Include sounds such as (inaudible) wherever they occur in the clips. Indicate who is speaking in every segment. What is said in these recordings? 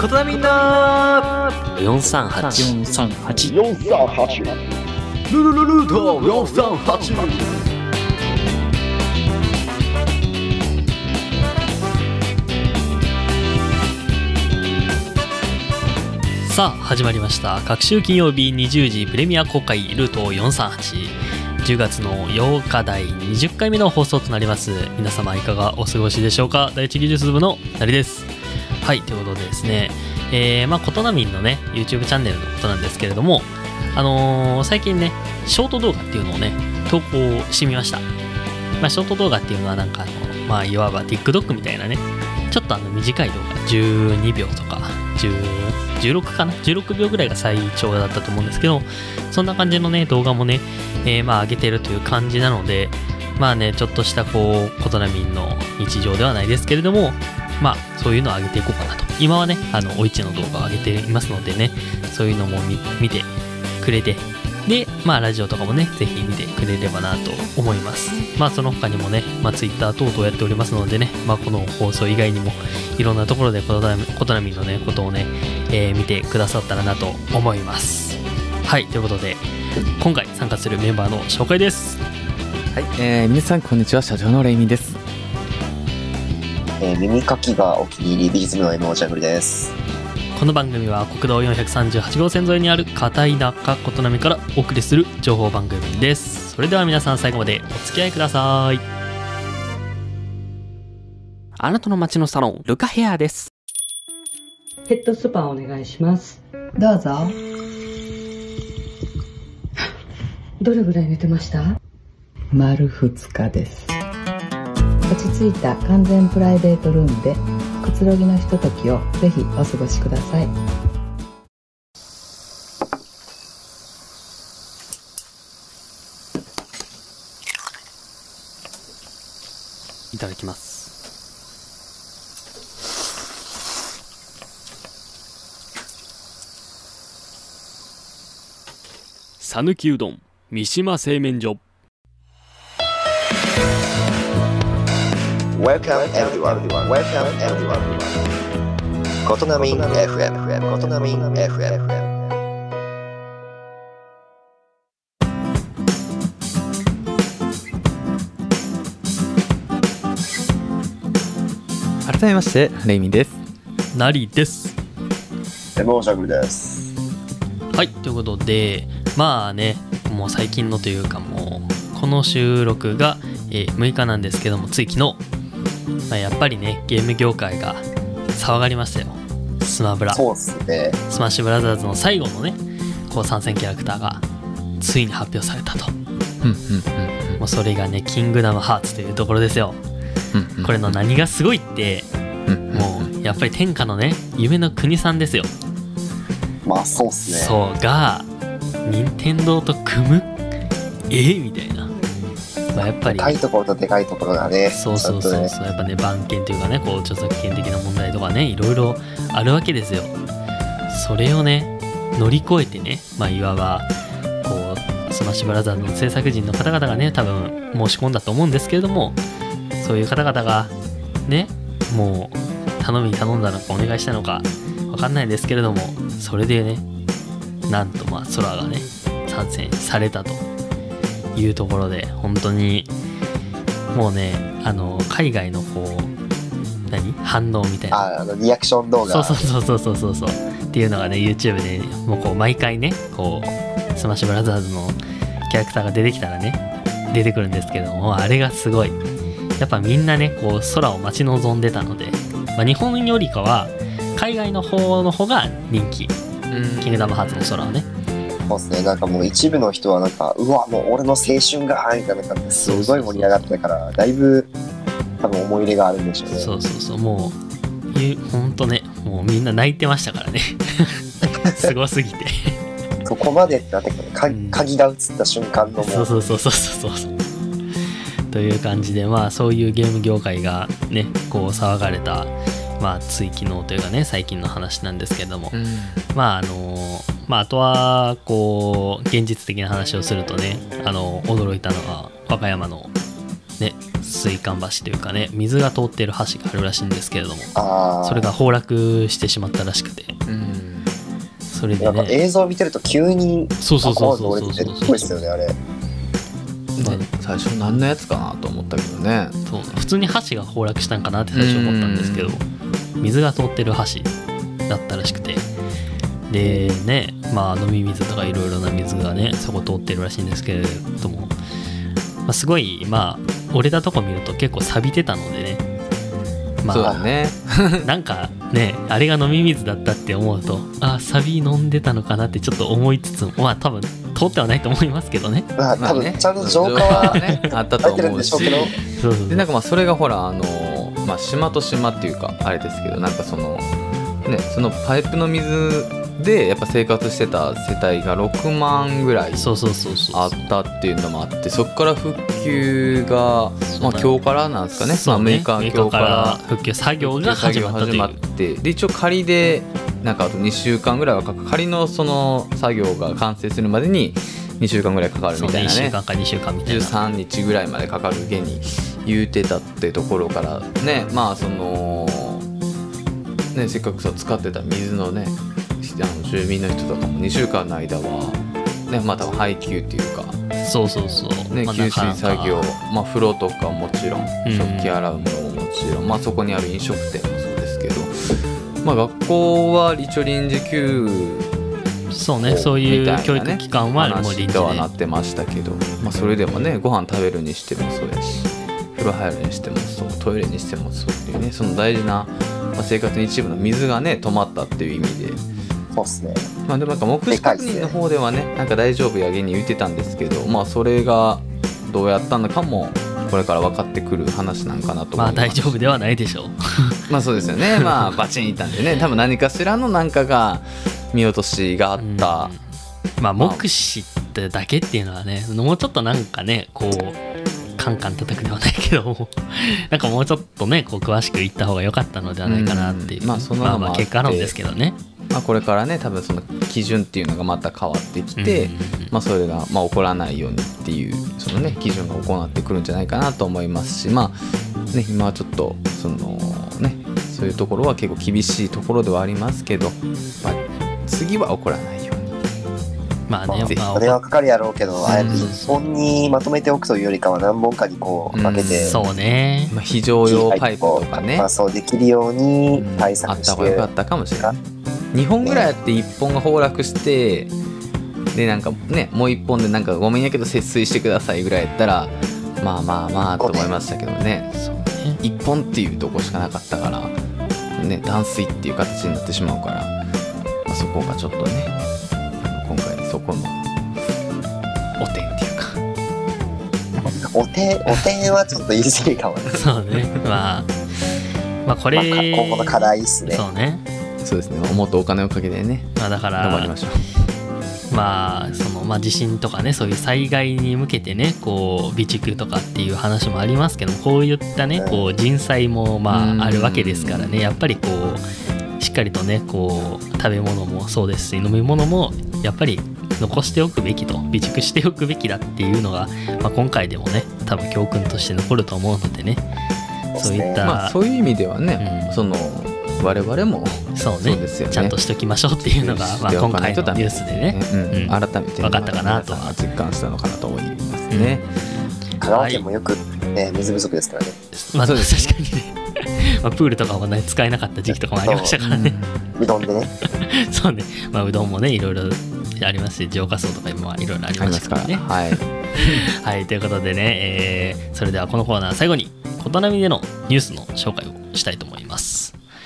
Speaker 1: ことなみんな438
Speaker 2: 438
Speaker 3: 438
Speaker 1: ルルルルート438
Speaker 2: さあ始まりました各週金曜日20時プレミア公開ルート438 10月の8日第20回目の放送となります皆様いかがお過ごしでしょうか第一技術部のなりですはいということでですねえー、まあことなみんのね YouTube チャンネルのことなんですけれどもあのー最近ねショート動画っていうのをね投稿してみましたまあショート動画っていうのはなんかあのまあいわば TikTok みたいなねちょっとあの短い動画12秒とか10 16かな16秒ぐらいが最長だったと思うんですけどそんな感じのね動画もね、えーまあ上げてるという感じなのでまあねちょっとしたこうことなみんの日常ではないですけれどもまあそういうのを上げていこうかなと今はねあのおいちの動画を上げていますのでねそういうのも見見てくれてでまあラジオとかもねぜひ見てくれればなと思いますまあその他にもね、まあ、Twitter 等々やっておりますのでね、まあ、この放送以外にもいろんなところでことなみことなみのねことをね、えー見てくださったらなと思いますはいということで今回参加するメンバーの紹介です
Speaker 4: はい、えー、皆さんこんにちは社長のレイミです
Speaker 3: えー耳かきがお気に入り美術部の M おしゃぶりです
Speaker 2: この番組は国道438号線沿いにある片井中ことなみからお送りする情報番組ですそれでは皆さん最後までお付き合いください
Speaker 4: あなたの街のサロンルカヘアです
Speaker 5: ヘッドスパお願いします。
Speaker 6: どうぞ。
Speaker 5: どれぐらい寝てました
Speaker 6: 丸2日です。落ち着いた完全プライベートルームでくつろぎのひとときをぜひお過ごしください。
Speaker 2: いただきますさぬきうどん三島製麺所
Speaker 3: Welcome everyone Welcome everyone ことなみん FM ことなみん FM
Speaker 4: 改めましてレイミです
Speaker 2: なりです
Speaker 3: M おしゃぶりです
Speaker 2: はいということでまあねもう最近のというかもうこの収録が、えー6日なんですけどもつい昨日、まあ、やっぱりねゲーム業界が騒がりましたよスマブラ
Speaker 3: そうっすね
Speaker 2: スマッシュブラザーズの最後のねこう参戦キャラクターがついに発表されたと
Speaker 4: うんうん
Speaker 2: もうそれがね「キングダムハーツ」というところですよ
Speaker 4: うんうん
Speaker 2: これの何がすごいって
Speaker 4: うん
Speaker 2: もうやっぱり天下のね夢の国さんですよ
Speaker 3: まあそうっすね
Speaker 2: そうが任天堂と組むえみたいな、まあ、やっぱ
Speaker 3: で
Speaker 2: り
Speaker 3: かいところとでかいところがね
Speaker 2: そうそうそう
Speaker 3: ち
Speaker 2: そう、
Speaker 3: ゃんとね
Speaker 2: やっぱね番犬というかねこう著作権的な問題とかねいろいろあるわけですよそれをね乗り越えてねまあいわばこうスマッシュブラザーズの制作人の方々がね多分申し込んだと思うんですけれどもそういう方々がねもう頼みに頼んだのかお願いしたのかわかんないですけれどもそれでねなんとまあ空がね参戦されたというところで本当にもうねあの海外のこう何反応みたいな
Speaker 3: ああのリアクション動画
Speaker 2: そうそうそうそうそうそうそうっていうのがね YouTube でもうこう毎回ねこうスマッシュブラザーズのキャラクターが出てきたらね出てくるんですけどもあれがすごいやっぱみんなねこう空を待ち望んでたので、まあ、日本よりかは海外の方の方が人気「キングダムハーツ」の空をね
Speaker 3: そうですね、なんかもう一部の人はなんか、うわ、もう俺の青春がみたいな感じですごい盛り上がったから、だいぶ多分思い入れがあるんでしょうね。
Speaker 2: そうそうそうもうゆほんとねもうみんな泣いてましたからねすごすぎて
Speaker 3: そこまでってなってくるか
Speaker 2: うん
Speaker 3: 鍵が映った瞬間のもう、
Speaker 2: そうそうそうそうそうそうという感じでまあそういうゲーム業界がねこう騒がれたまあつい昨日というかね最近の話なんですけれども、
Speaker 4: うん
Speaker 2: まああのまああとはこう現実的な話をするとねあの驚いたのが和歌山のね水管橋というかね水が通ってる橋があるらしいんですけれども
Speaker 3: ああ
Speaker 2: それが崩落してしまったらしくて
Speaker 4: うん
Speaker 2: それで
Speaker 3: なんか
Speaker 2: ね
Speaker 3: 映像見てると急に
Speaker 2: そうそうそうそう
Speaker 3: あ
Speaker 2: そ
Speaker 3: 壊
Speaker 2: う
Speaker 3: れて
Speaker 2: そ
Speaker 3: て
Speaker 2: う
Speaker 3: っぽいですよねあれ
Speaker 2: まあ
Speaker 4: 最初何のやつかなと思ったけどね
Speaker 2: そう普通に橋が崩落したんかなって最初思ったんですけど水が通ってる橋だったらしくてでねまあ飲み水とかいろいろな水がねそこ通ってるらしいんですけれども、まあ、すごいまあ折れたとこ見ると結構錆びてたのでねま
Speaker 4: そう
Speaker 2: あ
Speaker 4: だね
Speaker 2: なんかねあれが飲み水だったって思うとあサビ飲んでたのかなってちょっと思いつつもまあ多分通ってはないと思いますけどね
Speaker 3: まあ
Speaker 4: まあ
Speaker 3: 多分
Speaker 4: ね
Speaker 3: ちゃんと浄化は
Speaker 4: ね (laughs) あったと
Speaker 3: 入ってる
Speaker 4: 思
Speaker 3: ん
Speaker 4: う
Speaker 3: でしょう
Speaker 4: し
Speaker 3: けど
Speaker 2: そうそうそ
Speaker 4: で
Speaker 2: う
Speaker 4: なんかまあそれがほらあのーまあ、島と島っていうかあれですけどなんかそのねそのパイプの水でやっぱ生活してた世帯が6万ぐらい
Speaker 2: そうそうそうそう
Speaker 4: あったっていうのもあってそこから復旧が、まあ、今日からなんですかね
Speaker 2: そう
Speaker 4: まあ、6日
Speaker 2: メーカ
Speaker 4: 今
Speaker 2: ー
Speaker 4: 日か
Speaker 2: からら復旧作業が始まったとい
Speaker 4: 作業が
Speaker 2: う
Speaker 4: 始まってで一応仮でなんかあと2週間ぐらいはかか仮のその作業が完成するまでに2週間ぐらいかかる
Speaker 2: そ
Speaker 4: み
Speaker 2: う
Speaker 4: たい
Speaker 2: 1
Speaker 4: なね
Speaker 2: 週間か2週間みたいな
Speaker 4: 13日ぐらいまでかかる現に言うてたってところからねまあそのねせっかくさ使ってた水のねあの住民の人とかも2週間の間は、ね、また配給っていうか、
Speaker 2: そうそうそう、
Speaker 4: ね、
Speaker 2: まあな
Speaker 4: 給水
Speaker 2: かな
Speaker 4: 作
Speaker 2: か
Speaker 4: 業、まあ、風呂とかもちろん
Speaker 2: うん
Speaker 4: 食器洗うものももちろん、まあ、そこにある飲食店もそうですけど、まあ、学校は一応臨時休
Speaker 2: そうねそうい
Speaker 4: みたいな
Speaker 2: う
Speaker 4: ね
Speaker 2: 教育機関はもう臨時
Speaker 4: 話とはな
Speaker 2: で
Speaker 4: ってましたけど、まあ、それでもねご飯食べるにしてもそうやし風呂入るにしてもそうトイレにしてもそうっていうねその大事な、まあ、生活の一部の水がね止まったっていう意味で
Speaker 3: そうっすね
Speaker 4: まあでもなんか目視確認の方ではねなんか大丈夫やげに言ってたんですけどまあそれがどうやったのかもこれから分かってくる話なんかなと思います
Speaker 2: まあ大丈夫ではないでしょう
Speaker 4: まあそうです
Speaker 2: (laughs)
Speaker 4: よねまあバチンいったんでね多分何かしらのなんかが見落としがあった、
Speaker 2: うんまあ目視ってだけっていうのはねもうちょっとなんかねこうカンカン叩くではないけども (laughs) なんかもうちょっとねこう詳しく言った方が良かったのではないかなっていう、
Speaker 4: うんまあそんなの
Speaker 2: まあ
Speaker 4: も
Speaker 2: ま
Speaker 4: あ
Speaker 2: あ
Speaker 4: って
Speaker 2: 結果論ですけどね
Speaker 4: まあ、これからね多分その基準っていうのがまた変わってきて、
Speaker 2: うん
Speaker 4: まあ、それが、まあ、起こらないようにっていうその、ね、基準が行ってくるんじゃないかなと思いますし、まあね、今はちょっとその、ね、そういうところは結構厳しいところではありますけど、まあ、次は起こらないように。
Speaker 2: まあ
Speaker 3: ま
Speaker 2: ね
Speaker 3: あ
Speaker 4: ぜひ
Speaker 2: まあ
Speaker 3: お金はかかるやろうけど、ああやって
Speaker 2: うん
Speaker 3: 一本にまとめておくというよりかは何本かにこう分けて、
Speaker 2: そうね
Speaker 4: まあ、非常用パイプとかね
Speaker 3: まあ、そうできるように
Speaker 4: うん
Speaker 3: 対
Speaker 4: あっ
Speaker 3: 策
Speaker 4: た
Speaker 3: し
Speaker 4: 方が
Speaker 3: て、
Speaker 4: 良かったかもしれない2本ぐらいあって1本が崩落してでなんかねもう1本でなんかごめんやけど節水してくださいぐらいやったらまあまあまあと思いましたけどね
Speaker 2: そうね
Speaker 4: 1本っていうとこしかなかったからね断水っていう形になってしまうから、まあ、そこがちょっとねあの今回そこのお点っていうか
Speaker 3: お手お手はちょっと言い過ぎかも
Speaker 2: (laughs)
Speaker 3: ね
Speaker 2: そうね。まあ、まあこれ、
Speaker 3: まあか今後の課題っすね
Speaker 2: そうね。
Speaker 4: そうですねまあもっとお金をかけてね
Speaker 2: まあだから、
Speaker 4: 頑張り
Speaker 2: ま
Speaker 4: ましょう
Speaker 2: あそのまあ地震とかね、そういう災害に向けてね、こう備蓄とかっていう話もありますけど、こういったね、
Speaker 3: うん
Speaker 2: こう人災もま
Speaker 4: うん
Speaker 2: ああるわけですからね、やっぱりこうしっかりとね、こう食べ物もそうですし、飲み物もやっぱり残しておくべきと備蓄しておくべきだっていうのが、まあ、今回でもね多分教訓として残ると思うのでねそういった
Speaker 4: まあそういう意味ではね、
Speaker 2: うん
Speaker 4: その我々も
Speaker 2: そう
Speaker 4: そ
Speaker 2: ね
Speaker 4: うですよね
Speaker 2: ちゃんとしときましょうっていうのが、まあ、今回のニュースでね。
Speaker 4: ねうん
Speaker 2: うん
Speaker 4: 改めて
Speaker 2: 分かったかなと
Speaker 4: 皆さんが実感したのかなと思いますね。
Speaker 3: 香川県もよく、ね、水不足ですからね
Speaker 2: まあ、
Speaker 4: そう
Speaker 2: 確
Speaker 4: です
Speaker 2: かにね、 (laughs) まあ、プールとかもね使えなかった時期とかもありましたからね、
Speaker 3: うどんでね
Speaker 2: (laughs) そうね、まあ、うどんもねいろいろありますし浄化槽とか今いろいろあり
Speaker 4: あり
Speaker 2: ま
Speaker 4: ますす
Speaker 2: か
Speaker 4: からら、
Speaker 2: ね。
Speaker 4: はい、
Speaker 2: はいということでね、えーそれではこのコーナー最後に琴波でのニュースの紹介をしたいと思います。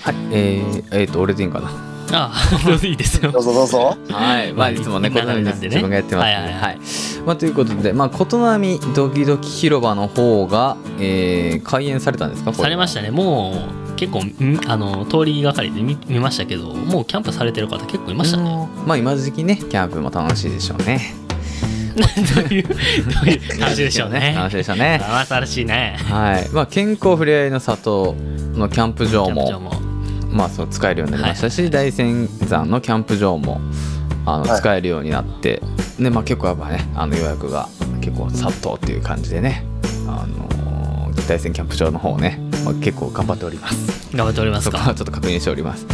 Speaker 4: はい、えー、えーと、俺でいいんかな。
Speaker 2: あ (laughs) あいいですよ
Speaker 3: どう。ぞどうぞ
Speaker 4: はい、まあ、いつもね、
Speaker 2: 流
Speaker 4: こ
Speaker 2: れ
Speaker 4: となみです、
Speaker 2: なんでね
Speaker 4: 自分がやってますね。
Speaker 2: は
Speaker 4: はいい
Speaker 2: はい
Speaker 4: まあ、ということで、まあ、ことなみドキドキ広場の方が、えー、開園されたんですか。これ
Speaker 2: されましたねもう結構んあの通りがかりで見見ましたけどもうキャンプされてる方結構いましたね。
Speaker 4: うんまあ、今時期ね、キャンプも楽しいでしょうね。
Speaker 2: ど (laughs) ういう、どういう感じでし
Speaker 4: (laughs)
Speaker 2: ょうね。
Speaker 4: 楽しいでしょ
Speaker 2: (laughs)
Speaker 4: うね。
Speaker 2: あ、新しいね。
Speaker 4: はい、まあ、健康ふれあいの里のキャンプ場
Speaker 2: キャンプ
Speaker 4: も
Speaker 2: 場。も
Speaker 4: まあ、そう使えるようになりましたし、大仙山のキャンプ場もあの
Speaker 3: はい
Speaker 4: 使えるようになって、でまあ、結構やっぱねあの予約が結構殺到っていう感じでね、あのー赤外線キャンプ場の方ね、まあ、結構頑張っております
Speaker 2: 頑張っております
Speaker 4: そこ
Speaker 2: か
Speaker 4: はちょっと確認しております。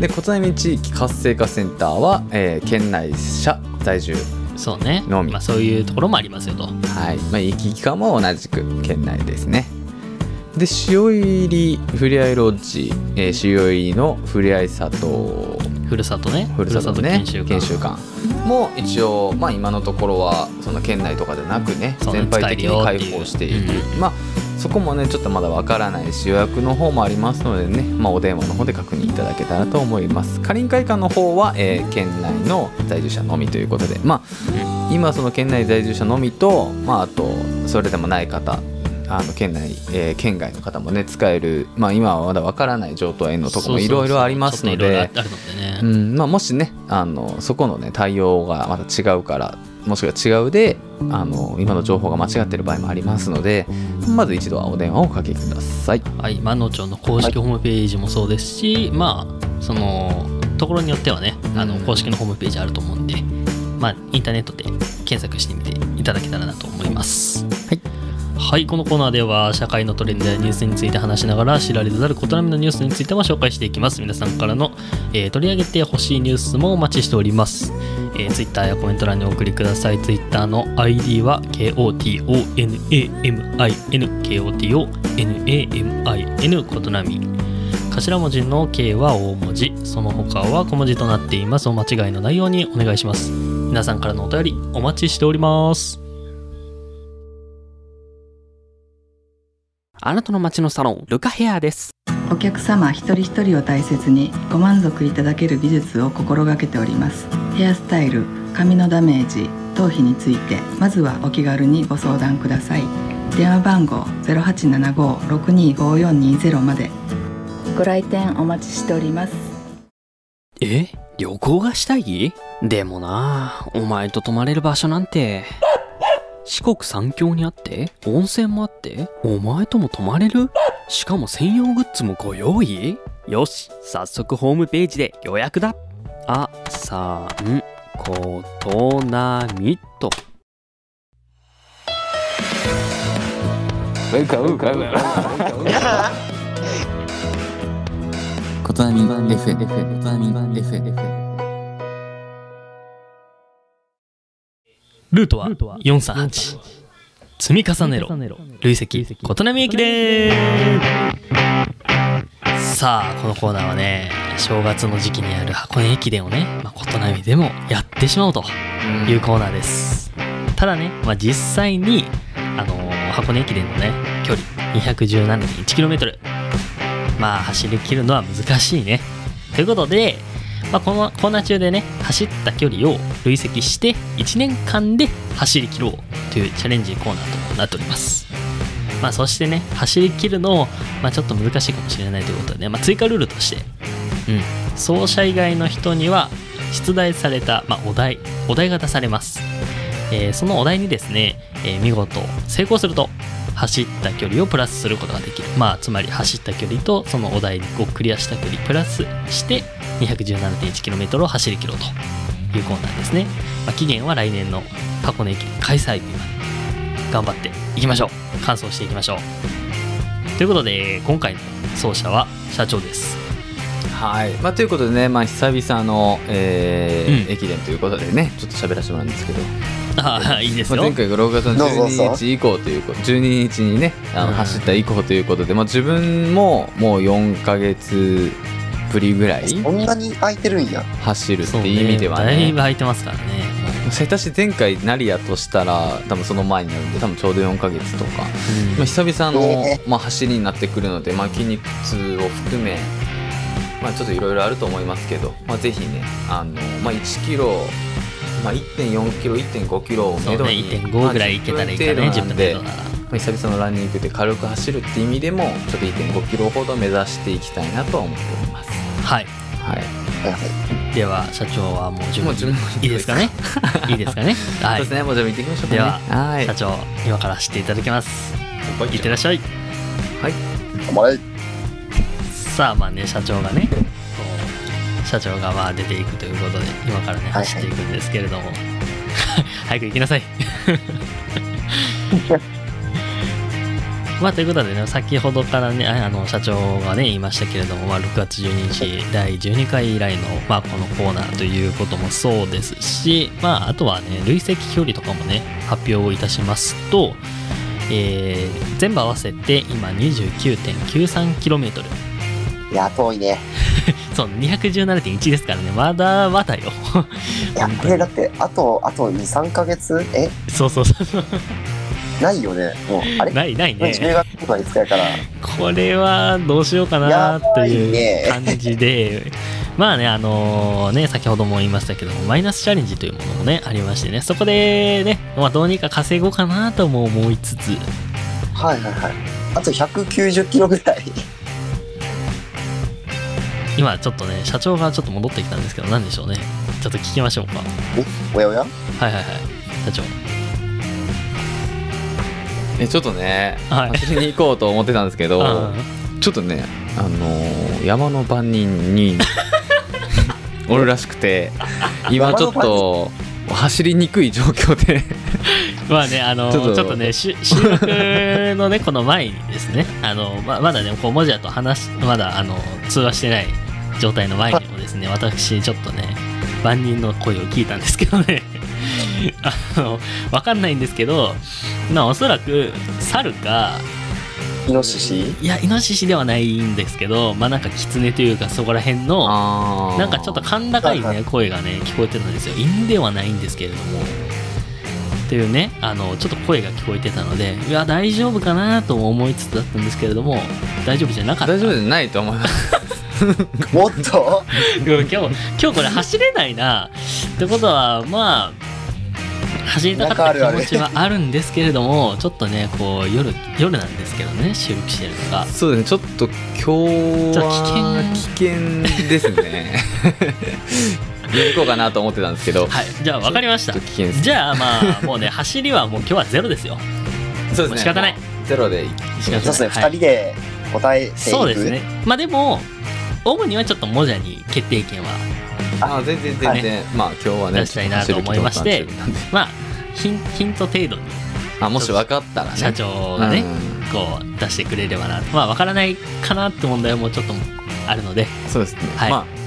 Speaker 4: で、小津波地域活性化センターは、えー県内社在住、
Speaker 2: そうね
Speaker 4: のみ
Speaker 2: まあ、そういうところもありますよと
Speaker 4: はい、まあ、行き来かも同じく県内ですね。で、塩入りふれあいロッジ、えー塩入りのふれあい里、
Speaker 2: ふるさとね
Speaker 4: ふるさと
Speaker 2: ふ
Speaker 4: ね、
Speaker 2: るさと研修会
Speaker 4: 研修館も一応、まあ、今のところはその県内とかでなくね、
Speaker 2: そうね
Speaker 4: 全体的に開放してい
Speaker 2: 使えるよって
Speaker 4: く。まあそこもねちょっとまだわからないし予約の方もありますのでね、まあ、お電話の方で確認いただけたらと思いますかりん会館の方は、えー県内の在住者のみということでまあ今その県内在住者のみと、まあ、あとそれでもない方あの県内、えー県外の方もね使える、まあ、今はまだわからない上等園のとこもいろいろありますの
Speaker 2: そうそうそう
Speaker 4: で
Speaker 2: ちょっといろいろあるのでね、
Speaker 4: うんまあ、もしねあのそこのね対応がまた違うからもしくは違うであの今の情報が間違ってる場合もありますのでまず一度はお電話をおかけください
Speaker 2: はい、万能町の公式ホームページもそうですし、まあそのところによってはねあの
Speaker 4: うん
Speaker 2: 公式のホームページあると思うんで、まあ、インターネットで検索してみていただけたらなと思いますはい、はい、このコーナーでは社会のトレンドやニュースについて話しながら知られざる異なるのニュースについても紹介していきます皆さんからの、えー取り上げてほしいニュースもお待ちしておりますえー、Twitter やコメント欄にお送りください。Twitter の ID は KOTONAMIN、KOTONAMIN、ことなみ。頭文字の K は大文字、その他は小文字となっています。お間違いのないようにお願いします。皆さんからのお便りお待ちしております。
Speaker 7: あなたの街のサロンルカヘアです
Speaker 6: お客様一人一人を大切にご満足いただける技術を心がけておりますヘアスタイル髪のダメージ頭皮についてまずはお気軽にご相談ください電話番号0875-625420までご来店お待ちしております
Speaker 7: え旅行がしたいでもなお前と泊まれる場所なんて四国三峡にあって温泉もあってお前とも泊まれるしかも専用グッズもご用意よし早速ホームページで予約だあさんことなみと
Speaker 4: うかうかうか
Speaker 8: ことなみ FM ことなみ FM
Speaker 2: ルートは438。積み重ねろ。累積、琴波駅でーすさあ、このコーナーはね、正月の時期にある箱根駅伝をね、まあ、琴波でもやってしまおうというコーナーです。ただね、まあ、実際に、あのー箱根駅伝のね、距離 217.1km。まあ、走り切るのは難しいね。ということで、まあ、このコーナー中でね走った距離を累積して1年間で走り切ろうというチャレンジコーナーとなっております、まあ、そしてね走り切るの、まあ、ちょっと難しいかもしれないということでね、まあ、追加ルールとして、うん、走者以外の人には出題された、まあ、お題お題が出されます、えーそのお題にですね、えー見事成功すると走った距離をプラスすることができるまあつまり走った距離とそのお題をクリアした距離プラスして2 1 7 1トルを走り切ろうというコーナーですね、まあ、期限は来年の箱根駅伝開催日まで頑張っていきましょう完走していきましょうということで今回の走者は社長です
Speaker 4: はい、まあ、ということでね、まあ、久々の、えー
Speaker 2: うん
Speaker 4: 駅伝ということでねちょっと喋らせてもらうんですけど、
Speaker 2: ああいいです
Speaker 4: まあ、
Speaker 2: よ
Speaker 4: 前回が6月の
Speaker 3: どうぞどうぞ
Speaker 4: 12日以降ということ12日にねあの
Speaker 2: うん
Speaker 4: 走った以降ということで、まあ、自分ももう4ヶ月ぶりぐらい
Speaker 3: そんなに空いてるんや。
Speaker 4: 走るって
Speaker 2: そうね
Speaker 4: いう意味では
Speaker 2: だい
Speaker 4: ね
Speaker 2: ぶ空いてますからね
Speaker 4: 下手して前回成谷としたら多分その前になるんで多分ちょうど4ヶ月とか、まあ、久々の
Speaker 3: え、
Speaker 4: まあ、走りになってくるので、まあ、筋肉痛を含め、まあ、ちょっといろいろあると思いますけど、まあ、ぜひねあの、まあ、1キロ、まあ、1.4キロ1.5キロを
Speaker 2: そ
Speaker 4: め
Speaker 2: う
Speaker 4: ど
Speaker 2: ね
Speaker 4: に、
Speaker 2: 1.5ぐらいいけたらいいかね
Speaker 4: まあ
Speaker 2: 10
Speaker 4: 10
Speaker 2: 分程
Speaker 4: 分程
Speaker 2: 度
Speaker 4: 度なんで、
Speaker 2: なら
Speaker 4: まあ、久々のランニングで軽く走るって意味でもちょっと1.5キロほど目指していきたいなとは思っております。
Speaker 2: はい
Speaker 4: はい
Speaker 3: はいはい。
Speaker 2: では社長はもう準
Speaker 4: もう
Speaker 2: 備
Speaker 4: 準備
Speaker 2: いいですかね (laughs) いいですか
Speaker 4: (laughs)
Speaker 2: ねは
Speaker 4: そう
Speaker 2: い
Speaker 4: ですね、もうじゃあ行ってきましょうかね。
Speaker 2: では
Speaker 4: はい
Speaker 2: 社。長今から走っていただきますいってらっしゃい
Speaker 3: 頑張れ。
Speaker 2: さあまあね社長がねこう社長がまあ出ていくということで今からね
Speaker 3: はい
Speaker 2: 走っていくんですけれども、 (laughs) 早く行きなさい (laughs) まあ、ということでね、先ほどからね、ああの、社長がね、言いましたけれども、まあ、6月12日、第12回以来の、まあ、このコーナーということもそうですし、まあ、あとはね、累積距離とかもね、発表をいたしますと、えー全部合わせて今 29.93km
Speaker 3: いや、遠いね。
Speaker 2: そう217.1ですからねまだまだよ (laughs)
Speaker 3: いや、
Speaker 2: 本当に
Speaker 3: これだって、あと、あと2、3ヶ月え
Speaker 2: そうそうそう
Speaker 3: ないよね。もう、 (laughs) あれ
Speaker 2: ないないね
Speaker 3: 10月とか5日やから。
Speaker 2: これはどうしようかなという感じで、まあね、あのね、先ほども言いましたけども、マイナスチャレンジというものもね、ありましてね、そこでね、まあどうにか稼ごうかなとも思いつつ、
Speaker 3: はいはいはい。あと190キロぐらい。
Speaker 2: 今ちょっとね、社長がちょっと戻ってきたんですけど、なんでしょうね。ちょっと聞きましょうか。
Speaker 3: おやおや
Speaker 2: はいはいはい。社長。
Speaker 4: えちょっとね
Speaker 2: はい。
Speaker 4: 走りに行こうと思ってたんですけど、ちょっとねあのー山の番
Speaker 2: (laughs)
Speaker 4: 人におるらしくて今ちょっと走りにくい状況
Speaker 2: (laughs)
Speaker 4: で
Speaker 2: まあね、あの
Speaker 4: ち
Speaker 2: ち
Speaker 4: ょ
Speaker 2: ょ
Speaker 4: っと
Speaker 2: っとね、し (laughs) 収録のね、この前にですね、あのままだね、こう、もじゃと話し、まだあの通話してない状態の前にもですね、私、ちょっとね、万人の声を聞いたんですけどね、 (laughs) あの、わかんないんですけど、まあ、おそらく、猿か、
Speaker 3: イノシシ
Speaker 2: いや、イノシシではないんですけど、まあ、なんか、キツネというか、そこら辺の、
Speaker 4: あー
Speaker 2: なんかちょっと甲高い
Speaker 3: はいは
Speaker 2: ね声がね聞こえてたんですよ犬ではないんですけれどもっていうねあのちょっと声が聞こえてたのでいや大丈夫かなとも思いつつだったんですけれども大丈夫じゃなかった
Speaker 4: 大丈夫じゃないと思います
Speaker 3: もっ
Speaker 2: (laughs)
Speaker 3: と
Speaker 2: 今日今日これ走れないなってことはまあ走りたかった気持ちはあるんですけれどもちょっとねこう夜夜なんですけどね収録してるのが
Speaker 4: そうですねちょっと今日は危
Speaker 2: ちょ
Speaker 4: 険です
Speaker 2: (laughs)
Speaker 4: ね見に行こうかなと思ってたんですけど
Speaker 2: はいじゃあ分かりまし
Speaker 4: ちょ
Speaker 2: た
Speaker 4: っと危険です
Speaker 2: じゃあまあもうね走りはもう今日はゼロですよ
Speaker 4: そう
Speaker 2: もう仕方ない
Speaker 4: ゼロで
Speaker 2: 仕方ない
Speaker 3: そうですね、
Speaker 2: はい
Speaker 3: 2人で答えていく。
Speaker 2: そうですね。まあでも、主にはちょっとモジャに決定権は、
Speaker 4: あ全然全然、まあ今日はね
Speaker 2: 出したいなと思いまして
Speaker 4: ちょっと走る気とかなんで
Speaker 2: まあ、ヒンヒント程度に
Speaker 4: あもし分かったらね
Speaker 2: 社長がね、
Speaker 4: うん
Speaker 2: こう出してくれればな。まあ、わからないかなって問題もちょっとあるので、
Speaker 4: そうですね、
Speaker 2: はい
Speaker 4: まあ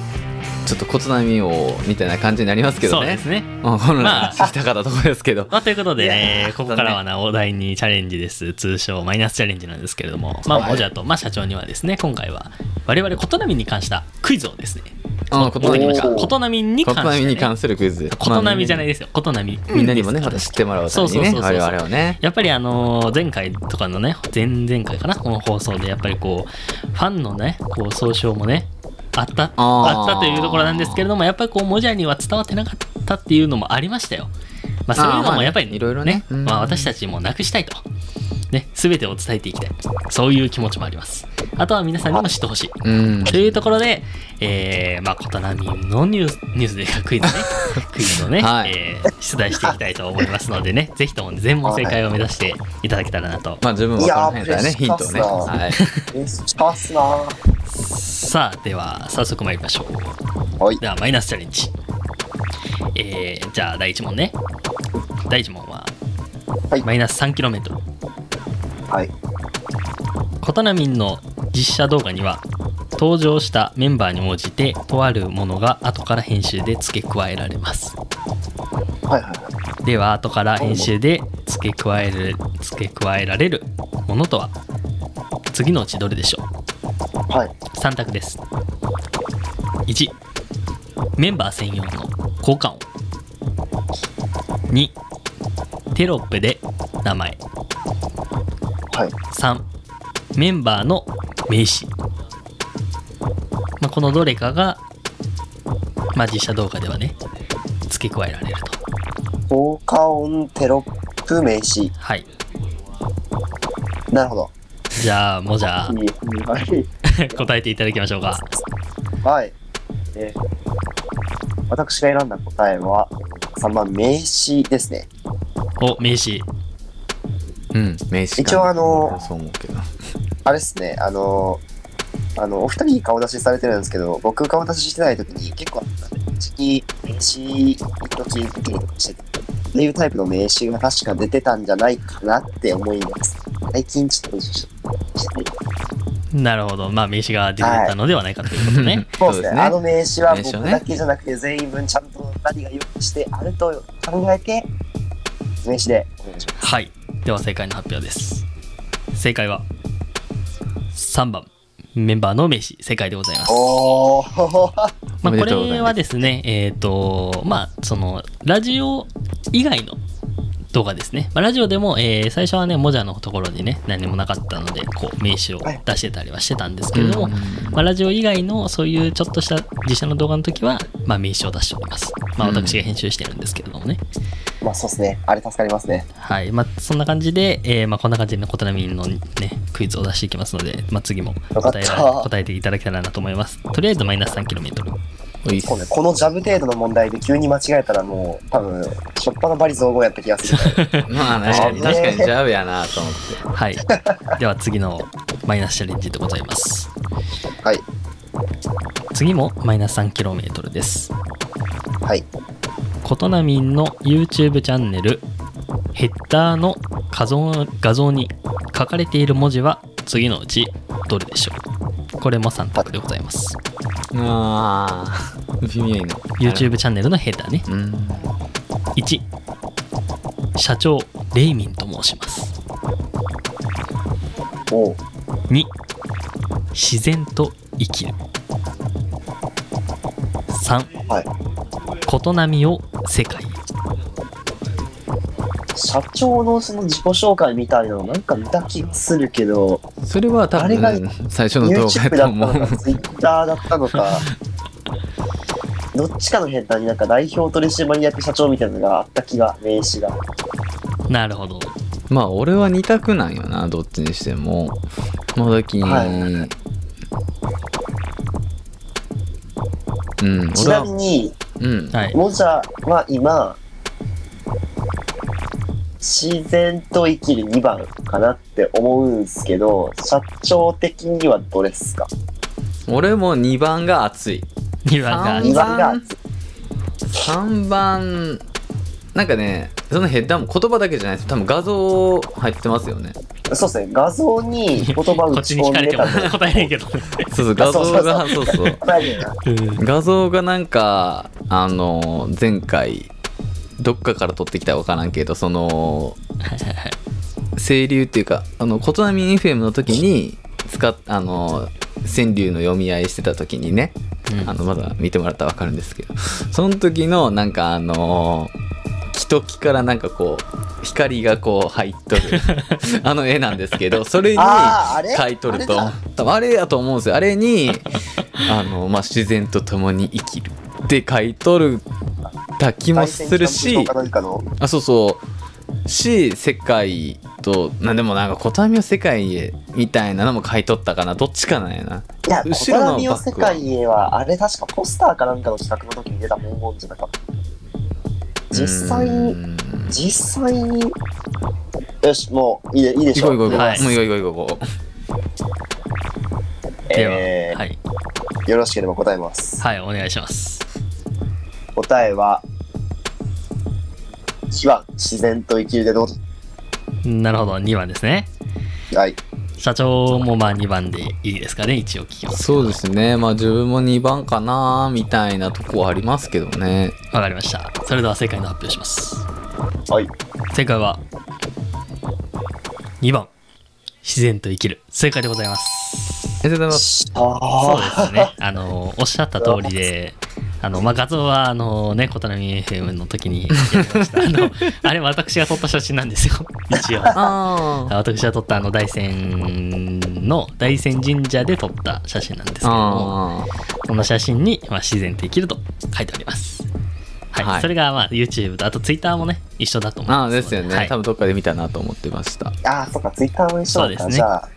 Speaker 4: ちょっと小津波をみたいな感じになりますけど
Speaker 2: そう
Speaker 4: ね
Speaker 2: ですね。
Speaker 4: うん本
Speaker 2: ま
Speaker 4: 来
Speaker 2: あ
Speaker 4: したかったところです
Speaker 2: (laughs)
Speaker 4: けど、
Speaker 2: まあ、ということで、
Speaker 4: いや
Speaker 2: ね
Speaker 4: ー、
Speaker 2: ここからはな、お題にチャレンジです。通称、マイナスチャレンジなんですけれども、まあ、
Speaker 3: はい
Speaker 2: モジャと、まあ、社長にはですね、今回は、我々、ことなみに関したクイズをですね、
Speaker 4: あことなみ
Speaker 2: 持
Speaker 4: に
Speaker 2: ってきま
Speaker 4: 関
Speaker 2: したことなみに
Speaker 4: こと
Speaker 2: 関
Speaker 4: な
Speaker 2: し
Speaker 4: み
Speaker 2: て、
Speaker 4: に
Speaker 2: ね。
Speaker 4: 関するクイズ
Speaker 2: ことなみじゃないいですよ。ことなみ。
Speaker 4: みんなにもねま
Speaker 2: で
Speaker 4: た
Speaker 2: す
Speaker 4: 知ってもらうためにね
Speaker 2: そうそうそうそう
Speaker 4: 我々をね
Speaker 2: やっぱりあのー前回とかのね前々回かなこの放送でやっぱりこうファンのねこう総称もねあった
Speaker 4: あ
Speaker 2: あ
Speaker 4: ー
Speaker 2: ったというところなんですけれどもやっぱりこうモジャには伝わってなかったっていうのもありましたよまあそういう
Speaker 4: あー
Speaker 2: の
Speaker 4: まあ
Speaker 2: も
Speaker 4: ね
Speaker 2: やっぱり、
Speaker 4: いろいろねうん
Speaker 2: まあ、私たちもなくしたいとね全てを伝えていきたいそういう気持ちもありますあとは皆さんにも知ってほしい
Speaker 4: うん
Speaker 2: というところで、えー、まあ、ことなみのニュース、ニュースでかクイズね、クイズをね、
Speaker 4: はい
Speaker 2: えー出題していきたいと思いますのでね、ぜひとも全問正解を目指していただけたらなと。
Speaker 4: まあ十分分からないからね
Speaker 3: いやー
Speaker 4: ヒントをね、はい、
Speaker 3: えしますなは
Speaker 2: さあ、では、早速参りましょう。
Speaker 3: い。
Speaker 2: では、マイナスチャレンジ。えー、じゃあ、第1問ね。第1問は、
Speaker 3: はい
Speaker 2: マイナス 3km。
Speaker 3: はい。
Speaker 2: ことなみんの実写動画には、登場したメンバーに応じて、とあるものが後から編集で付け加えられます。
Speaker 3: はいはい。
Speaker 2: では後から編集で付け加える付け加えられるものとは次のうちどれでしょう
Speaker 3: はい。
Speaker 2: 3択です1メンバー専用の交換音2テロップで名前
Speaker 3: はい。
Speaker 2: 3メンバーの名詞、まあ、このどれかが、まあ、実写動画ではね付け加えられると
Speaker 3: 効果音テロップ名詞。
Speaker 2: はい
Speaker 3: なるほど。
Speaker 2: じゃあもうじゃあ (laughs)
Speaker 3: はい。
Speaker 2: 答えていただきましょうか
Speaker 3: はい。えー私が選んだ答えは、3番、名詞ですね。
Speaker 2: お名刺
Speaker 4: うん名刺か
Speaker 3: 一応あの
Speaker 4: そう思うけど
Speaker 3: あれですね、あのー、あの、お二人顔出しされてるんですけど、僕顔出ししてない時に結構、時期、名詞、一時時にしてた。っていうタイプの名詞が確か出てたんじゃないかなって思います。最近ちょっと移住してて
Speaker 2: なるほど。まあ、名刺が出てたのではないかということね。
Speaker 3: そうですねあの名刺は
Speaker 4: 名
Speaker 3: 僕
Speaker 4: 刺をね
Speaker 3: だけじゃなくて全員分ちゃんと何が用意してあると考えて名刺でお願いします
Speaker 2: (laughs) はい。では正解の発表です。正解は、3番。メンバーの名刺、正解でございます。
Speaker 3: おお (laughs)
Speaker 2: まあ、
Speaker 4: おめ
Speaker 2: こ
Speaker 4: でとうござ
Speaker 2: れ
Speaker 4: いま
Speaker 2: は
Speaker 4: す
Speaker 2: ですね、えっ、と、まあ、その、ラジオ以外の動画ですね。まあ、ラジオでも、えー最初はね、もじゃのところにね、何もなかったので、こう、名刺を出してたりはしてたんですけれども、まあ、ラジオ以外のそういうちょっとした自社の動画の時は、まあ、名刺を出しております。まあ、
Speaker 4: うん
Speaker 2: 私が編集してるんですけれどもね。
Speaker 3: まあそうですねあれ助かりますね
Speaker 2: はい。まあ、そんな感じで、えーまあ、こんな感じで、ね、コトナミのね、クイズを出していきますので、まあ、次も答えら
Speaker 3: よかった
Speaker 2: 答えていただけたらなと思います。とりあえずマイナス 3km。
Speaker 4: おいっす
Speaker 3: そうねこのジャブ程度の問題で急に間違えたらもう多分しょっぱなバリ造語やった気がする (laughs)
Speaker 4: まあ確かに
Speaker 3: あね
Speaker 4: 確かにジャブやなと思って
Speaker 2: はい。
Speaker 3: (laughs)
Speaker 2: では次のマイナスチャレンジでございます。
Speaker 3: はい
Speaker 2: 次もマイナス 3km です。
Speaker 3: はい
Speaker 2: ことなみんの YouTube チャンネルヘッダーの画像画像に書かれている文字は次のうちどれでしょうこれも3択でございます。
Speaker 4: ああ微妙な
Speaker 2: YouTube チャンネルのヘッダーね。
Speaker 4: うん
Speaker 2: 1社長レイミンと申します。
Speaker 3: おう
Speaker 2: 2自然と生きる。3
Speaker 3: はい
Speaker 2: ことなみを世界へ
Speaker 3: 社長のその自己紹介みたいなのなんか見た気がするけど
Speaker 4: それは多
Speaker 3: あれが
Speaker 4: 分最初の動画
Speaker 3: YouTube
Speaker 4: やと
Speaker 3: だった
Speaker 4: 思
Speaker 3: の
Speaker 4: う
Speaker 3: か Twitter だったの (laughs) かどっちかの変態になんか代表取締役社長みたいなのがあった気が名刺が
Speaker 2: なるほど
Speaker 4: (laughs) まあ俺は2択なんよなどっちにしてもまあだきに、
Speaker 3: は
Speaker 4: うん
Speaker 3: ち
Speaker 4: 俺
Speaker 3: なみ
Speaker 4: は
Speaker 3: に
Speaker 4: うん
Speaker 2: はい
Speaker 3: もじゃは今自然と生きる2番かなって思うんすけど社長的にはどれっすか
Speaker 4: 俺も2番が熱い
Speaker 2: 2番
Speaker 3: 2
Speaker 2: が
Speaker 3: 番が熱い
Speaker 4: 3番なんかねそのヘッダーも言葉だけじゃないです多分画像入ってますよね
Speaker 3: そうっすね画像に言葉
Speaker 2: こ
Speaker 3: 打
Speaker 2: っち
Speaker 3: ち
Speaker 2: に
Speaker 3: 込
Speaker 2: 聞
Speaker 3: ん
Speaker 2: かれて
Speaker 3: で
Speaker 2: も
Speaker 3: たと
Speaker 2: 答えない (laughs) けどね
Speaker 4: そうそう画
Speaker 3: あそう
Speaker 4: 像が (laughs) そうそう
Speaker 3: 答えるよな
Speaker 4: 画像がなんかあの前回どっかから撮ってきたかわからんけどその清流っていうかあの琴波 FM の時に使っあの川柳の読み合いしてた時にね、
Speaker 2: うん
Speaker 4: あのまだ見てもらったら分かるんですけどその時のなんかあの木と木からなんかこう光がこう入っ
Speaker 2: (laughs)
Speaker 4: とるあの絵なんですけどそれに
Speaker 3: あーあれ
Speaker 4: 書いとると
Speaker 3: あれだ
Speaker 4: 多分あれやと思うんですよあれ
Speaker 3: (laughs)
Speaker 4: にあの、まあ、自然と共に生きるって書いとるた気もするし
Speaker 3: 対戦キャンプ場かなんかの
Speaker 4: あそうそうし世界となでもなんか「ことみを世界へ」みたいなのも書いとったかなどっちかなんやない
Speaker 3: や、
Speaker 4: 後
Speaker 3: 後
Speaker 4: ろ
Speaker 3: ろ
Speaker 4: の
Speaker 3: のミ
Speaker 4: バ
Speaker 3: オ
Speaker 4: ッ
Speaker 3: 世
Speaker 4: クは
Speaker 3: 界へは、あれ確かポスターかなんかの企画の時に出た文言じゃなかった。実際
Speaker 4: うー
Speaker 3: に、
Speaker 4: ん
Speaker 3: 実際に、よし、もういいでいいで
Speaker 4: 行
Speaker 3: し
Speaker 4: こ
Speaker 3: ょ
Speaker 4: う行こう行こう、
Speaker 2: はい
Speaker 4: もう行こう行こう行こ
Speaker 2: では、
Speaker 3: えー
Speaker 2: はい、
Speaker 3: よろしければ答えます。
Speaker 2: はい、お願いします
Speaker 3: 答えは、1番、自然と生きるでどうぞ。
Speaker 2: なるほど2番ですね
Speaker 3: はい。
Speaker 2: 社長もまあ2番でいいですかね一応聞きま
Speaker 4: う
Speaker 2: す
Speaker 4: そうですねまあ自分も2番かなみたいなとこはありますけどね
Speaker 2: わかりましたそれでは正解の発表します
Speaker 3: はい。
Speaker 2: 正解は2番自然と生きる正解でございます
Speaker 4: ありがとうございます
Speaker 3: あ
Speaker 2: そうですね。 (laughs) あの、おっしゃった通りで、あの、まあ、画像は、あの、ね、ことなみ FM の時にやりました。あ
Speaker 4: (laughs)
Speaker 2: の、あれ、私が撮った写真なんですよ。一応。
Speaker 4: あ
Speaker 2: 私が撮った、あの、大山の、大山神社で撮った写真なんですけども、
Speaker 4: あー
Speaker 2: その写真に、まあ、自然と生きると書いております。はい。
Speaker 4: はい
Speaker 2: それが、まあ、YouTube と、あと Twitter もね、一緒だと思い
Speaker 4: あ
Speaker 2: ま
Speaker 4: ー
Speaker 2: すの。
Speaker 4: ですよね、
Speaker 2: はい
Speaker 4: 多分どっかで見たなと思ってました
Speaker 3: あー、そっか、ツイッターも一緒だっ
Speaker 2: そ
Speaker 3: た。
Speaker 2: うですね
Speaker 3: じゃあ、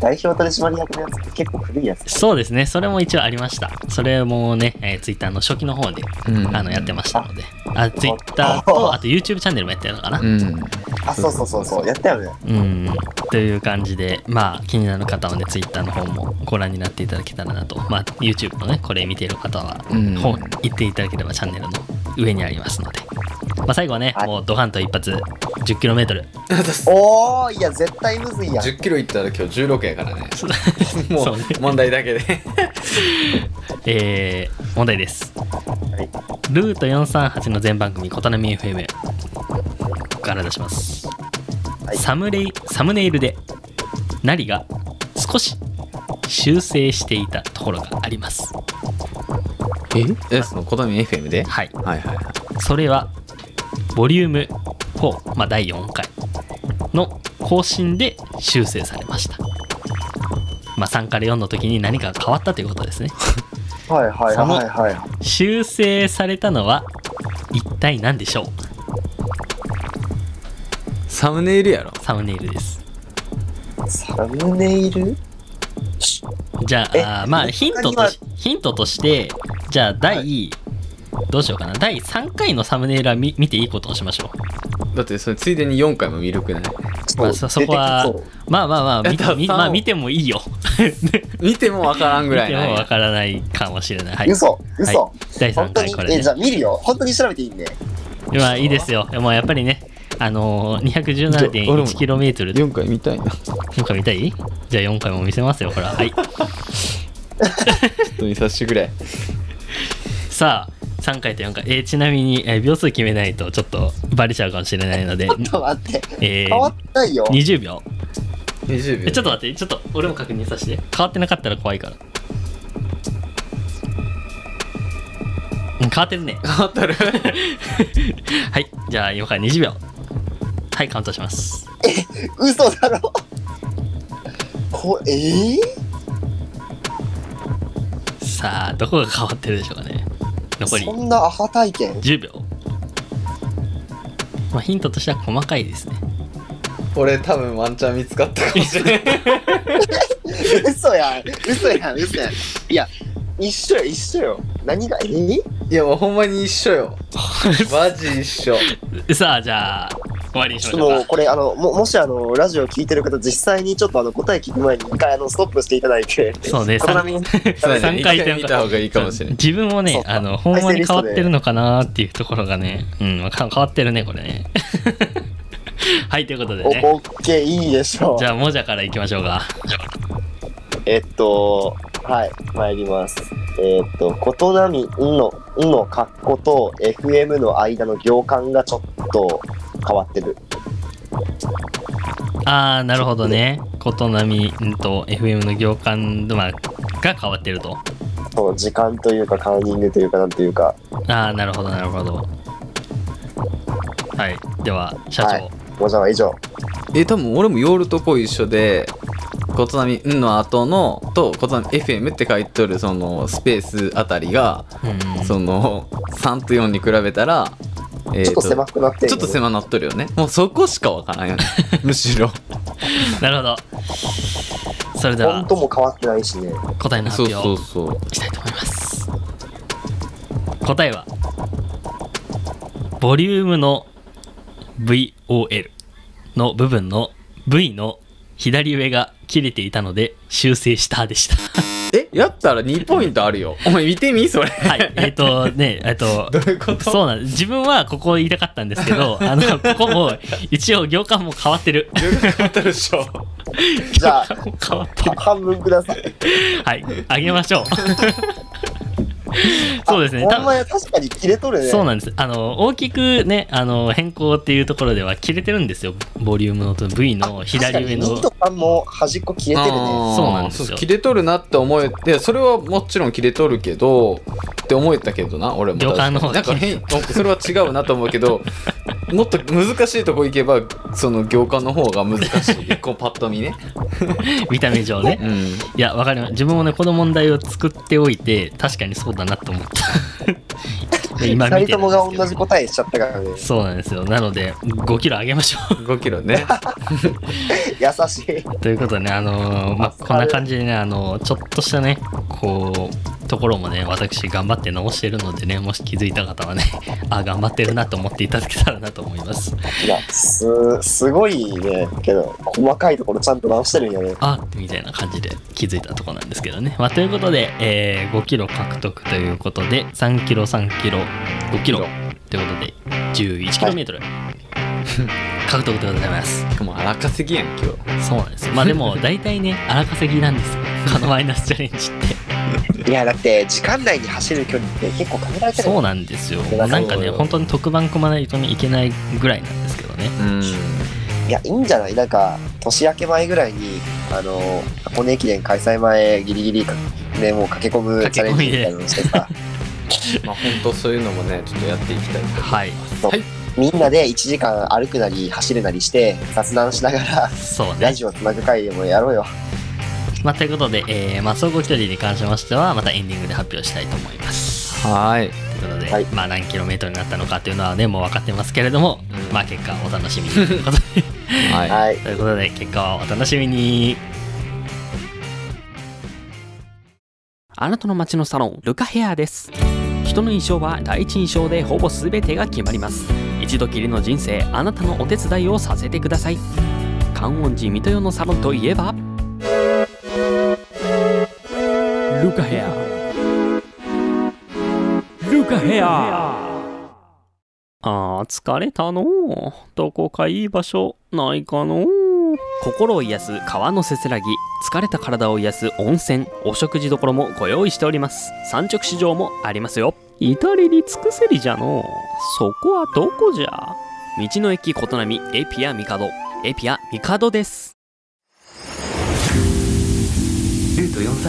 Speaker 3: 代表取締役のやつって結構古いやつ。
Speaker 2: そうですね、それも一応ありました。それもね、えー、ツイッターの初期の方で、
Speaker 4: うん
Speaker 2: あのやってましたので、あツイッターと、あと YouTube チャンネルもやってるのかな。
Speaker 4: うん
Speaker 3: あ、そうそうそうそう、やったよね。
Speaker 2: うん、という感じで、まあ、気になる方はね、ツイッターの方もご覧になっていただけたらなと、まあ、YouTube のね、これ見ている方は、
Speaker 4: うん
Speaker 2: 本行っていただければチャンネルの上にありますので、まあ、最後はね、
Speaker 3: はい
Speaker 2: もうドカンと一発 10km
Speaker 3: おーいや絶対むずいやん
Speaker 4: 1 0キロ行ったら今日16やか
Speaker 2: (laughs)
Speaker 4: らねも
Speaker 2: そうね
Speaker 4: う問題だけで
Speaker 2: えー、問題です、ルート438の全番組「ことなみ FM」から出します、
Speaker 3: はい
Speaker 2: サムレイサムネイルでナリが少し修正していたところがあります
Speaker 4: (laughs) えそのこだみ FM で、
Speaker 2: はい
Speaker 4: はいはいはい
Speaker 2: それはボリューム4、まあ、第4回の更新で修正されましたまあ3から4の時に何かが変わったということですね
Speaker 3: はいはいはいはい
Speaker 2: 修正されたのは一体何でしょう
Speaker 4: サムネイルやろ
Speaker 2: サムネイルです
Speaker 3: サムネイル
Speaker 2: じゃ
Speaker 3: え
Speaker 2: ああーまあヒントとし
Speaker 3: 他
Speaker 2: ヒントとしてじゃあ第、どうしようかな第3回のサムネイルは見見ていいことをしましょ、
Speaker 4: だってそれついでに4回も見るくないう
Speaker 2: まあ、そそこは
Speaker 3: 出てきそ
Speaker 2: まあまあまあ見て
Speaker 4: えだ
Speaker 2: み
Speaker 4: 三を
Speaker 2: まあ見てもいいよ
Speaker 4: 見てもわからんぐ
Speaker 2: 見
Speaker 4: らい
Speaker 2: ても
Speaker 4: な
Speaker 2: わからないかもしれない、は
Speaker 3: う
Speaker 2: い、
Speaker 3: 嘘嘘、
Speaker 2: は第3
Speaker 3: 本当
Speaker 2: 回
Speaker 3: に
Speaker 2: これ
Speaker 3: え
Speaker 2: ね
Speaker 3: じゃあ見るよ本当に調べていい
Speaker 2: (laughs)
Speaker 3: んで
Speaker 2: まあいいですよもうやっぱりねあのー、217.1km
Speaker 4: 4回見たいなちょ
Speaker 2: 4回見たいじゃあ4回も見せますよほらはい
Speaker 4: っと見させてくれ
Speaker 2: さあ3回と4回、えーちなみに、えー秒数決めないとちょっとバレちゃうかもしれないので
Speaker 3: ちょっと待って
Speaker 2: え
Speaker 3: 変わ
Speaker 2: ー
Speaker 3: っ、ないよ
Speaker 2: 20秒
Speaker 4: 20
Speaker 2: え
Speaker 4: 秒
Speaker 2: ちょっと待ってちょっと俺も確認させて変わってなかったら怖いからうん変わってるね
Speaker 4: 当た
Speaker 2: (laughs)
Speaker 4: る
Speaker 2: はいじゃあ今から20秒はいカウントします
Speaker 3: 嘘だろこえー、
Speaker 2: さあどこが変わってるでしょうかね残り
Speaker 3: そんなアハ体験 (laughs)
Speaker 2: 10秒まあヒントとしては細かいですね
Speaker 4: 俺多分ワンチャン見つかったかもしれない
Speaker 3: 嘘やん嘘やん嘘やんいや一緒よ一緒よ何がえー、
Speaker 4: いやもうほんまに一
Speaker 2: (laughs)
Speaker 4: 緒よマジ一緒
Speaker 2: さあじゃあ終わりにしま
Speaker 3: ち
Speaker 2: し
Speaker 3: ょ
Speaker 2: ょ
Speaker 3: っと
Speaker 2: う
Speaker 3: もう
Speaker 2: か
Speaker 3: これあのももしあのラジオ聞いてる方実際にちょっとあの答え聞く前に一回あのストップしていただいて
Speaker 2: そうね
Speaker 3: この波に
Speaker 4: そうだね
Speaker 2: (laughs) (laughs) 三回
Speaker 4: 一
Speaker 2: 転
Speaker 4: 見た方がいいかもしれない
Speaker 2: 自分も
Speaker 3: そ
Speaker 2: ね
Speaker 3: うか
Speaker 2: あのほんまに変わってるのかなーっていうところがねうんわか変わってるねこれね (laughs) はいということでね
Speaker 3: おオッケーいいでしょう
Speaker 2: じゃあもじゃからいきましょうか
Speaker 3: えっとはい参りますえっと「ことなみん」の「ん」の格好と FM の間の行間がちょっと変わってる
Speaker 2: ああなるほどねことなみんと FM の行間まあが変わってると
Speaker 3: その時間というかカーニングというかなんというか
Speaker 2: ああなるほどなるほどはいでは社長、
Speaker 3: はいもじゃは以上
Speaker 4: え多分俺もヨールとこ一緒で「ことなみん」の後のと「ことなみ FM」って書いてるそのスペースあたりが
Speaker 2: うん
Speaker 4: その3と4に比べたら、えー
Speaker 3: ちょっと狭くなってる
Speaker 4: ちょっと狭なっとるよねもうそこしかわからんよね
Speaker 3: (laughs)
Speaker 4: むしろ
Speaker 2: なるほどそれで
Speaker 3: 本
Speaker 2: は
Speaker 3: 当も変わってないしね
Speaker 2: 答えの発
Speaker 4: そう
Speaker 2: 表
Speaker 4: そうそう
Speaker 2: したいと思います答えはボリュームの VOL の部分の V の左上が切れていたので修正したで
Speaker 4: (laughs)
Speaker 2: した
Speaker 4: えやったら2ポイントあるよお前見てみそれ
Speaker 2: はいえっ、とねえっ、と
Speaker 4: どういうこと
Speaker 2: そうなんです自分はここを言いたかったんですけ
Speaker 4: (laughs)
Speaker 2: どあのここも一応行間も変わってる
Speaker 4: だったでしょ
Speaker 3: じゃあ
Speaker 2: (laughs) 行間も変わって
Speaker 3: は半分ください
Speaker 2: (laughs) るはいあげま
Speaker 4: (laughs)
Speaker 2: しょう (laughs) そうですね
Speaker 3: あ
Speaker 2: 多
Speaker 3: お
Speaker 2: 分
Speaker 3: 前確かに切れとるね
Speaker 2: そうなんですあの大きくねあの変更っていうところでは切れてるんですよボリュームのと V の左上の
Speaker 3: 2とかも端っこ消えてるね
Speaker 4: あー
Speaker 2: そうなんですよ
Speaker 4: そ切れとるなって思えてそれはもちろん切れとるけどって思えたけどな俺も
Speaker 2: 旅館の方
Speaker 4: なんか変なんかそれは違うなと思うけど (laughs) もっと難しいとこ行けばその行間の方が難しいこうパッと見ね、
Speaker 2: 見た目上ね
Speaker 4: うん、
Speaker 2: いやわかります自分もねこの問題を作っておいて確かにそうだなと思った
Speaker 3: (laughs)
Speaker 2: で今
Speaker 3: 2
Speaker 2: 見
Speaker 3: 人
Speaker 2: て
Speaker 3: ともが同じ
Speaker 2: と
Speaker 3: 答えしちゃったから
Speaker 2: (laughs)
Speaker 3: ね
Speaker 2: そうなんですよなので5キロ上げましょ
Speaker 4: 5キロね
Speaker 3: 優しいう
Speaker 2: (laughs) ということでねあのーまあこんな感じでねあのーちょっとしたねこうところもね私頑張って直してるのでねもし気づいた方はねあ頑張ってるなと思っていただけたらなと思います
Speaker 3: いやすすごいねけど細かいところちゃんと直してるんよね
Speaker 2: あみたいな感じで気づいたとこなんですけどね。まあ、ということで、えー5キロ獲得ということで3キロ3キロ5キロということで1 1キロメートル獲得でございます
Speaker 4: しかも荒稼ぎやん今日
Speaker 2: そうなんですまあで (laughs) も大体ね荒稼ぎなんですよこのマイナスチャレンジって
Speaker 3: いやだって時間内に走る距離って結構限ら
Speaker 2: (laughs)
Speaker 3: れてる
Speaker 2: そう
Speaker 3: な
Speaker 2: なんですよもうなんかね本当に特番組まないとねいけないぐらいなんですけどね
Speaker 4: うん
Speaker 3: いやいいんじゃないなんか年明け前ぐらいにあの箱根駅伝開催前ギリギリねもう駆け込むチャレンジみたいなのしてさ
Speaker 4: まあ本当そういうのもねちょっとやっていきたいと
Speaker 2: はい
Speaker 3: みんなで1時間歩くなり走るなりして雑談しながら
Speaker 2: そうね
Speaker 3: ラジオつなぐ会でもやろうよ
Speaker 2: まあ、ということで、えーまあ、総合距離に関しましてはまたエンディングで発表したいと思います
Speaker 4: はい
Speaker 2: ということで、
Speaker 3: はい
Speaker 2: まあ、何キロメートルになったのかというのはねもう分かってますけれども、
Speaker 4: うん
Speaker 2: まあ結果はお楽しみに (laughs) ということで
Speaker 4: はい
Speaker 3: はい
Speaker 2: ということで結果はお楽しみに
Speaker 7: あなたの街のサロンルカヘアです人の印象は第一印象でほぼ全てが決まります一度きりの人生あなたのお手伝いをさせてください観音寺水戸代のサロンといえばルカヘアルカヘアあー疲れたのうどこかいい場所ないかのう心を癒す川のせせらぎ疲れた体を癒す温泉お食事処もご用意しております産直市場もありますよ至れり尽くせりじゃのうそこはどこじゃ道の駅琴波エピア帝エピア帝です
Speaker 8: ルート438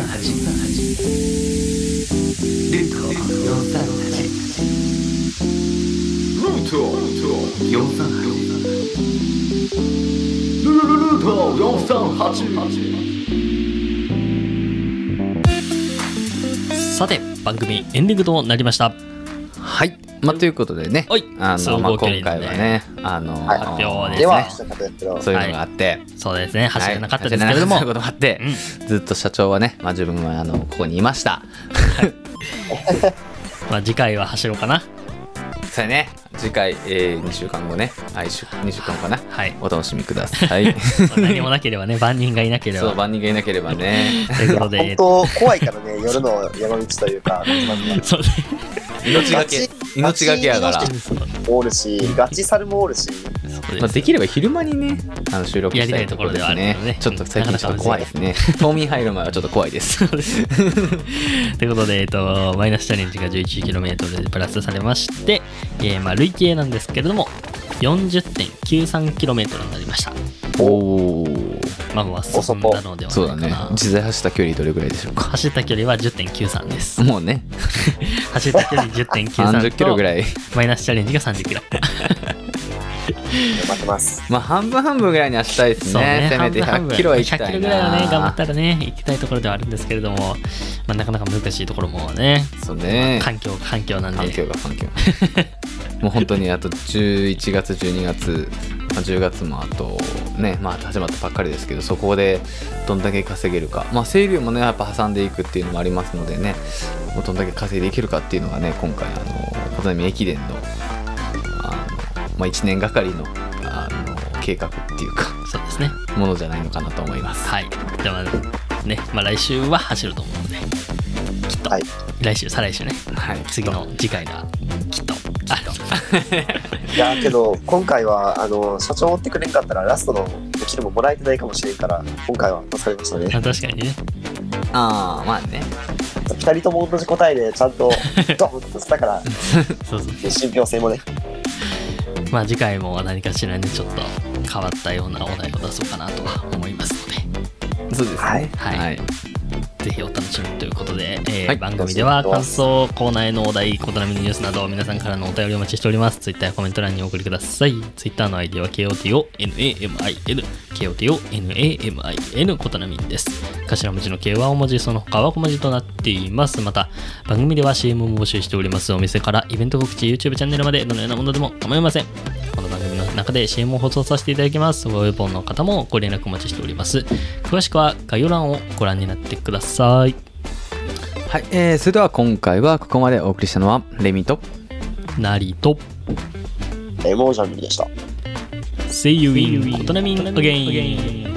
Speaker 8: ルート
Speaker 1: ル
Speaker 8: 438
Speaker 1: ート
Speaker 8: 438
Speaker 1: ルルルルート438
Speaker 2: さて番組エンディングとなりました
Speaker 4: はいまあということでね
Speaker 2: はい
Speaker 4: あ
Speaker 2: 総
Speaker 4: の、まあ、
Speaker 2: 合
Speaker 4: 今
Speaker 2: 距離
Speaker 4: 回
Speaker 2: です
Speaker 4: は
Speaker 2: ね
Speaker 4: ねあの、
Speaker 3: はい
Speaker 4: あの
Speaker 2: 発表
Speaker 3: では
Speaker 2: で
Speaker 3: ちょっとやけど
Speaker 4: そういうのがあって、
Speaker 2: そうですね走れなかったですけれ
Speaker 4: はい
Speaker 2: ども、
Speaker 4: 走れなかったこともあって、ずっと社長はね、まあ、自分はあのここにいました
Speaker 2: まあ、次回は走ろうかな
Speaker 4: それね次回、えー、2週間後ねあ1週2週間後かな
Speaker 7: (laughs)
Speaker 2: はい
Speaker 4: お楽しみください
Speaker 2: 何もなければね万人がいなけれ
Speaker 4: そう
Speaker 2: ば
Speaker 4: 万人がいなければね
Speaker 2: ということで
Speaker 3: 本当怖いからね夜の山道というか
Speaker 2: そう
Speaker 4: 命がけ命がけやから、
Speaker 2: そう
Speaker 3: おるしガチ猿もおるし
Speaker 2: そう
Speaker 4: まあ、
Speaker 2: です
Speaker 4: できれば昼間にねあの収録したいところです
Speaker 2: やりた
Speaker 4: ね
Speaker 2: いところではあるのでね
Speaker 4: ちょっと最近ちょっと怖いですね冬眠入る前はちょっと怖いです
Speaker 2: そうです。 (laughs) ということで、えっと、マイナスチャレンジが 11km でプラスされまして、えーまあ、累計なんですけれども、40.93km になりました。
Speaker 4: おお
Speaker 2: まあ、まあ進んだのでは
Speaker 4: そうだ
Speaker 2: ない
Speaker 4: ね
Speaker 2: かな。
Speaker 4: 実在走った距離どれぐらいでしょうか
Speaker 2: 走った距離は10.93です。
Speaker 4: もうね
Speaker 2: 走った距離
Speaker 4: 30
Speaker 2: 10.93
Speaker 4: キロぐ
Speaker 2: と、
Speaker 4: らい
Speaker 2: マイナスチャレンジが30キロ。
Speaker 3: 待ってます
Speaker 4: まあ半分半分ぐらいにはしたいです
Speaker 2: そう
Speaker 4: ね
Speaker 2: ね、
Speaker 4: せめて
Speaker 2: 半
Speaker 4: 100
Speaker 2: 分
Speaker 4: キロは行きた
Speaker 2: 100
Speaker 4: いな
Speaker 2: キロぐらいはね、頑張ったらね、行きたいところではあるんですけれども、まあ、なかなか難しいところもね、
Speaker 4: そうね
Speaker 2: 環境、環境なん
Speaker 4: 環
Speaker 2: で
Speaker 4: 境。が
Speaker 2: (laughs)
Speaker 4: 環境もう本当にあと11月12月まあ10月もあとねまあ始まったばっかりですけどそこでどんだけ稼げるかまあ清流もねやっぱ挟んでいくっていうのもありますのでねもうどんだけ稼いでいけるかっていうのがね今回あの小波駅伝のあの、まあ、1年がかりのあの計画っていうか
Speaker 2: そうですね。
Speaker 4: ものじゃないのかなと思います
Speaker 2: はい。じゃあまあね、まあ来週は走ると思うので、きっと、
Speaker 3: はい
Speaker 2: 来週、再来週ね、
Speaker 4: はい
Speaker 2: 次の次回がきっと、あの
Speaker 3: いやけど今回はあの社長追ってくれんかったらラストのお昼ももらえてないかもしれんから今回は助かりましたね
Speaker 2: あ確かにね、
Speaker 4: ああまあね
Speaker 3: 二人とも同じ答えでちゃんとドンとしたから
Speaker 2: そうそう。
Speaker 3: 信憑性もね
Speaker 2: まあ次回も何かしらね、ちょっと変わったようなお題を出そうかなとは思いますので、
Speaker 4: そうですね
Speaker 3: はい
Speaker 2: はい
Speaker 4: はい
Speaker 2: ぜひお楽しみということで、えー
Speaker 4: はい
Speaker 2: 番組では感想、コーナーへのお題、ことなみのニュースなど、皆さんからのお便りをお待ちしております。Twitter やコメント欄にお送りください。Twitter の ID は KOTONAMIN、KOTONAMIN、ことなみんです。頭文字の K は大文字、その他は小文字となっています。また、番組では CM も募集しております。お店からイベント告知、YouTube チャンネルまで、どのようなものでも構いません。この番組の中で CM を放送させていただきます。ご要望の方もご連絡お待ちしております。詳しくは概要欄をご覧になってください。
Speaker 4: はい、えー、それでは今回はここまでお送りしたのはレミと
Speaker 2: なりと、
Speaker 3: エモーションでした
Speaker 2: See you in コトナミン again!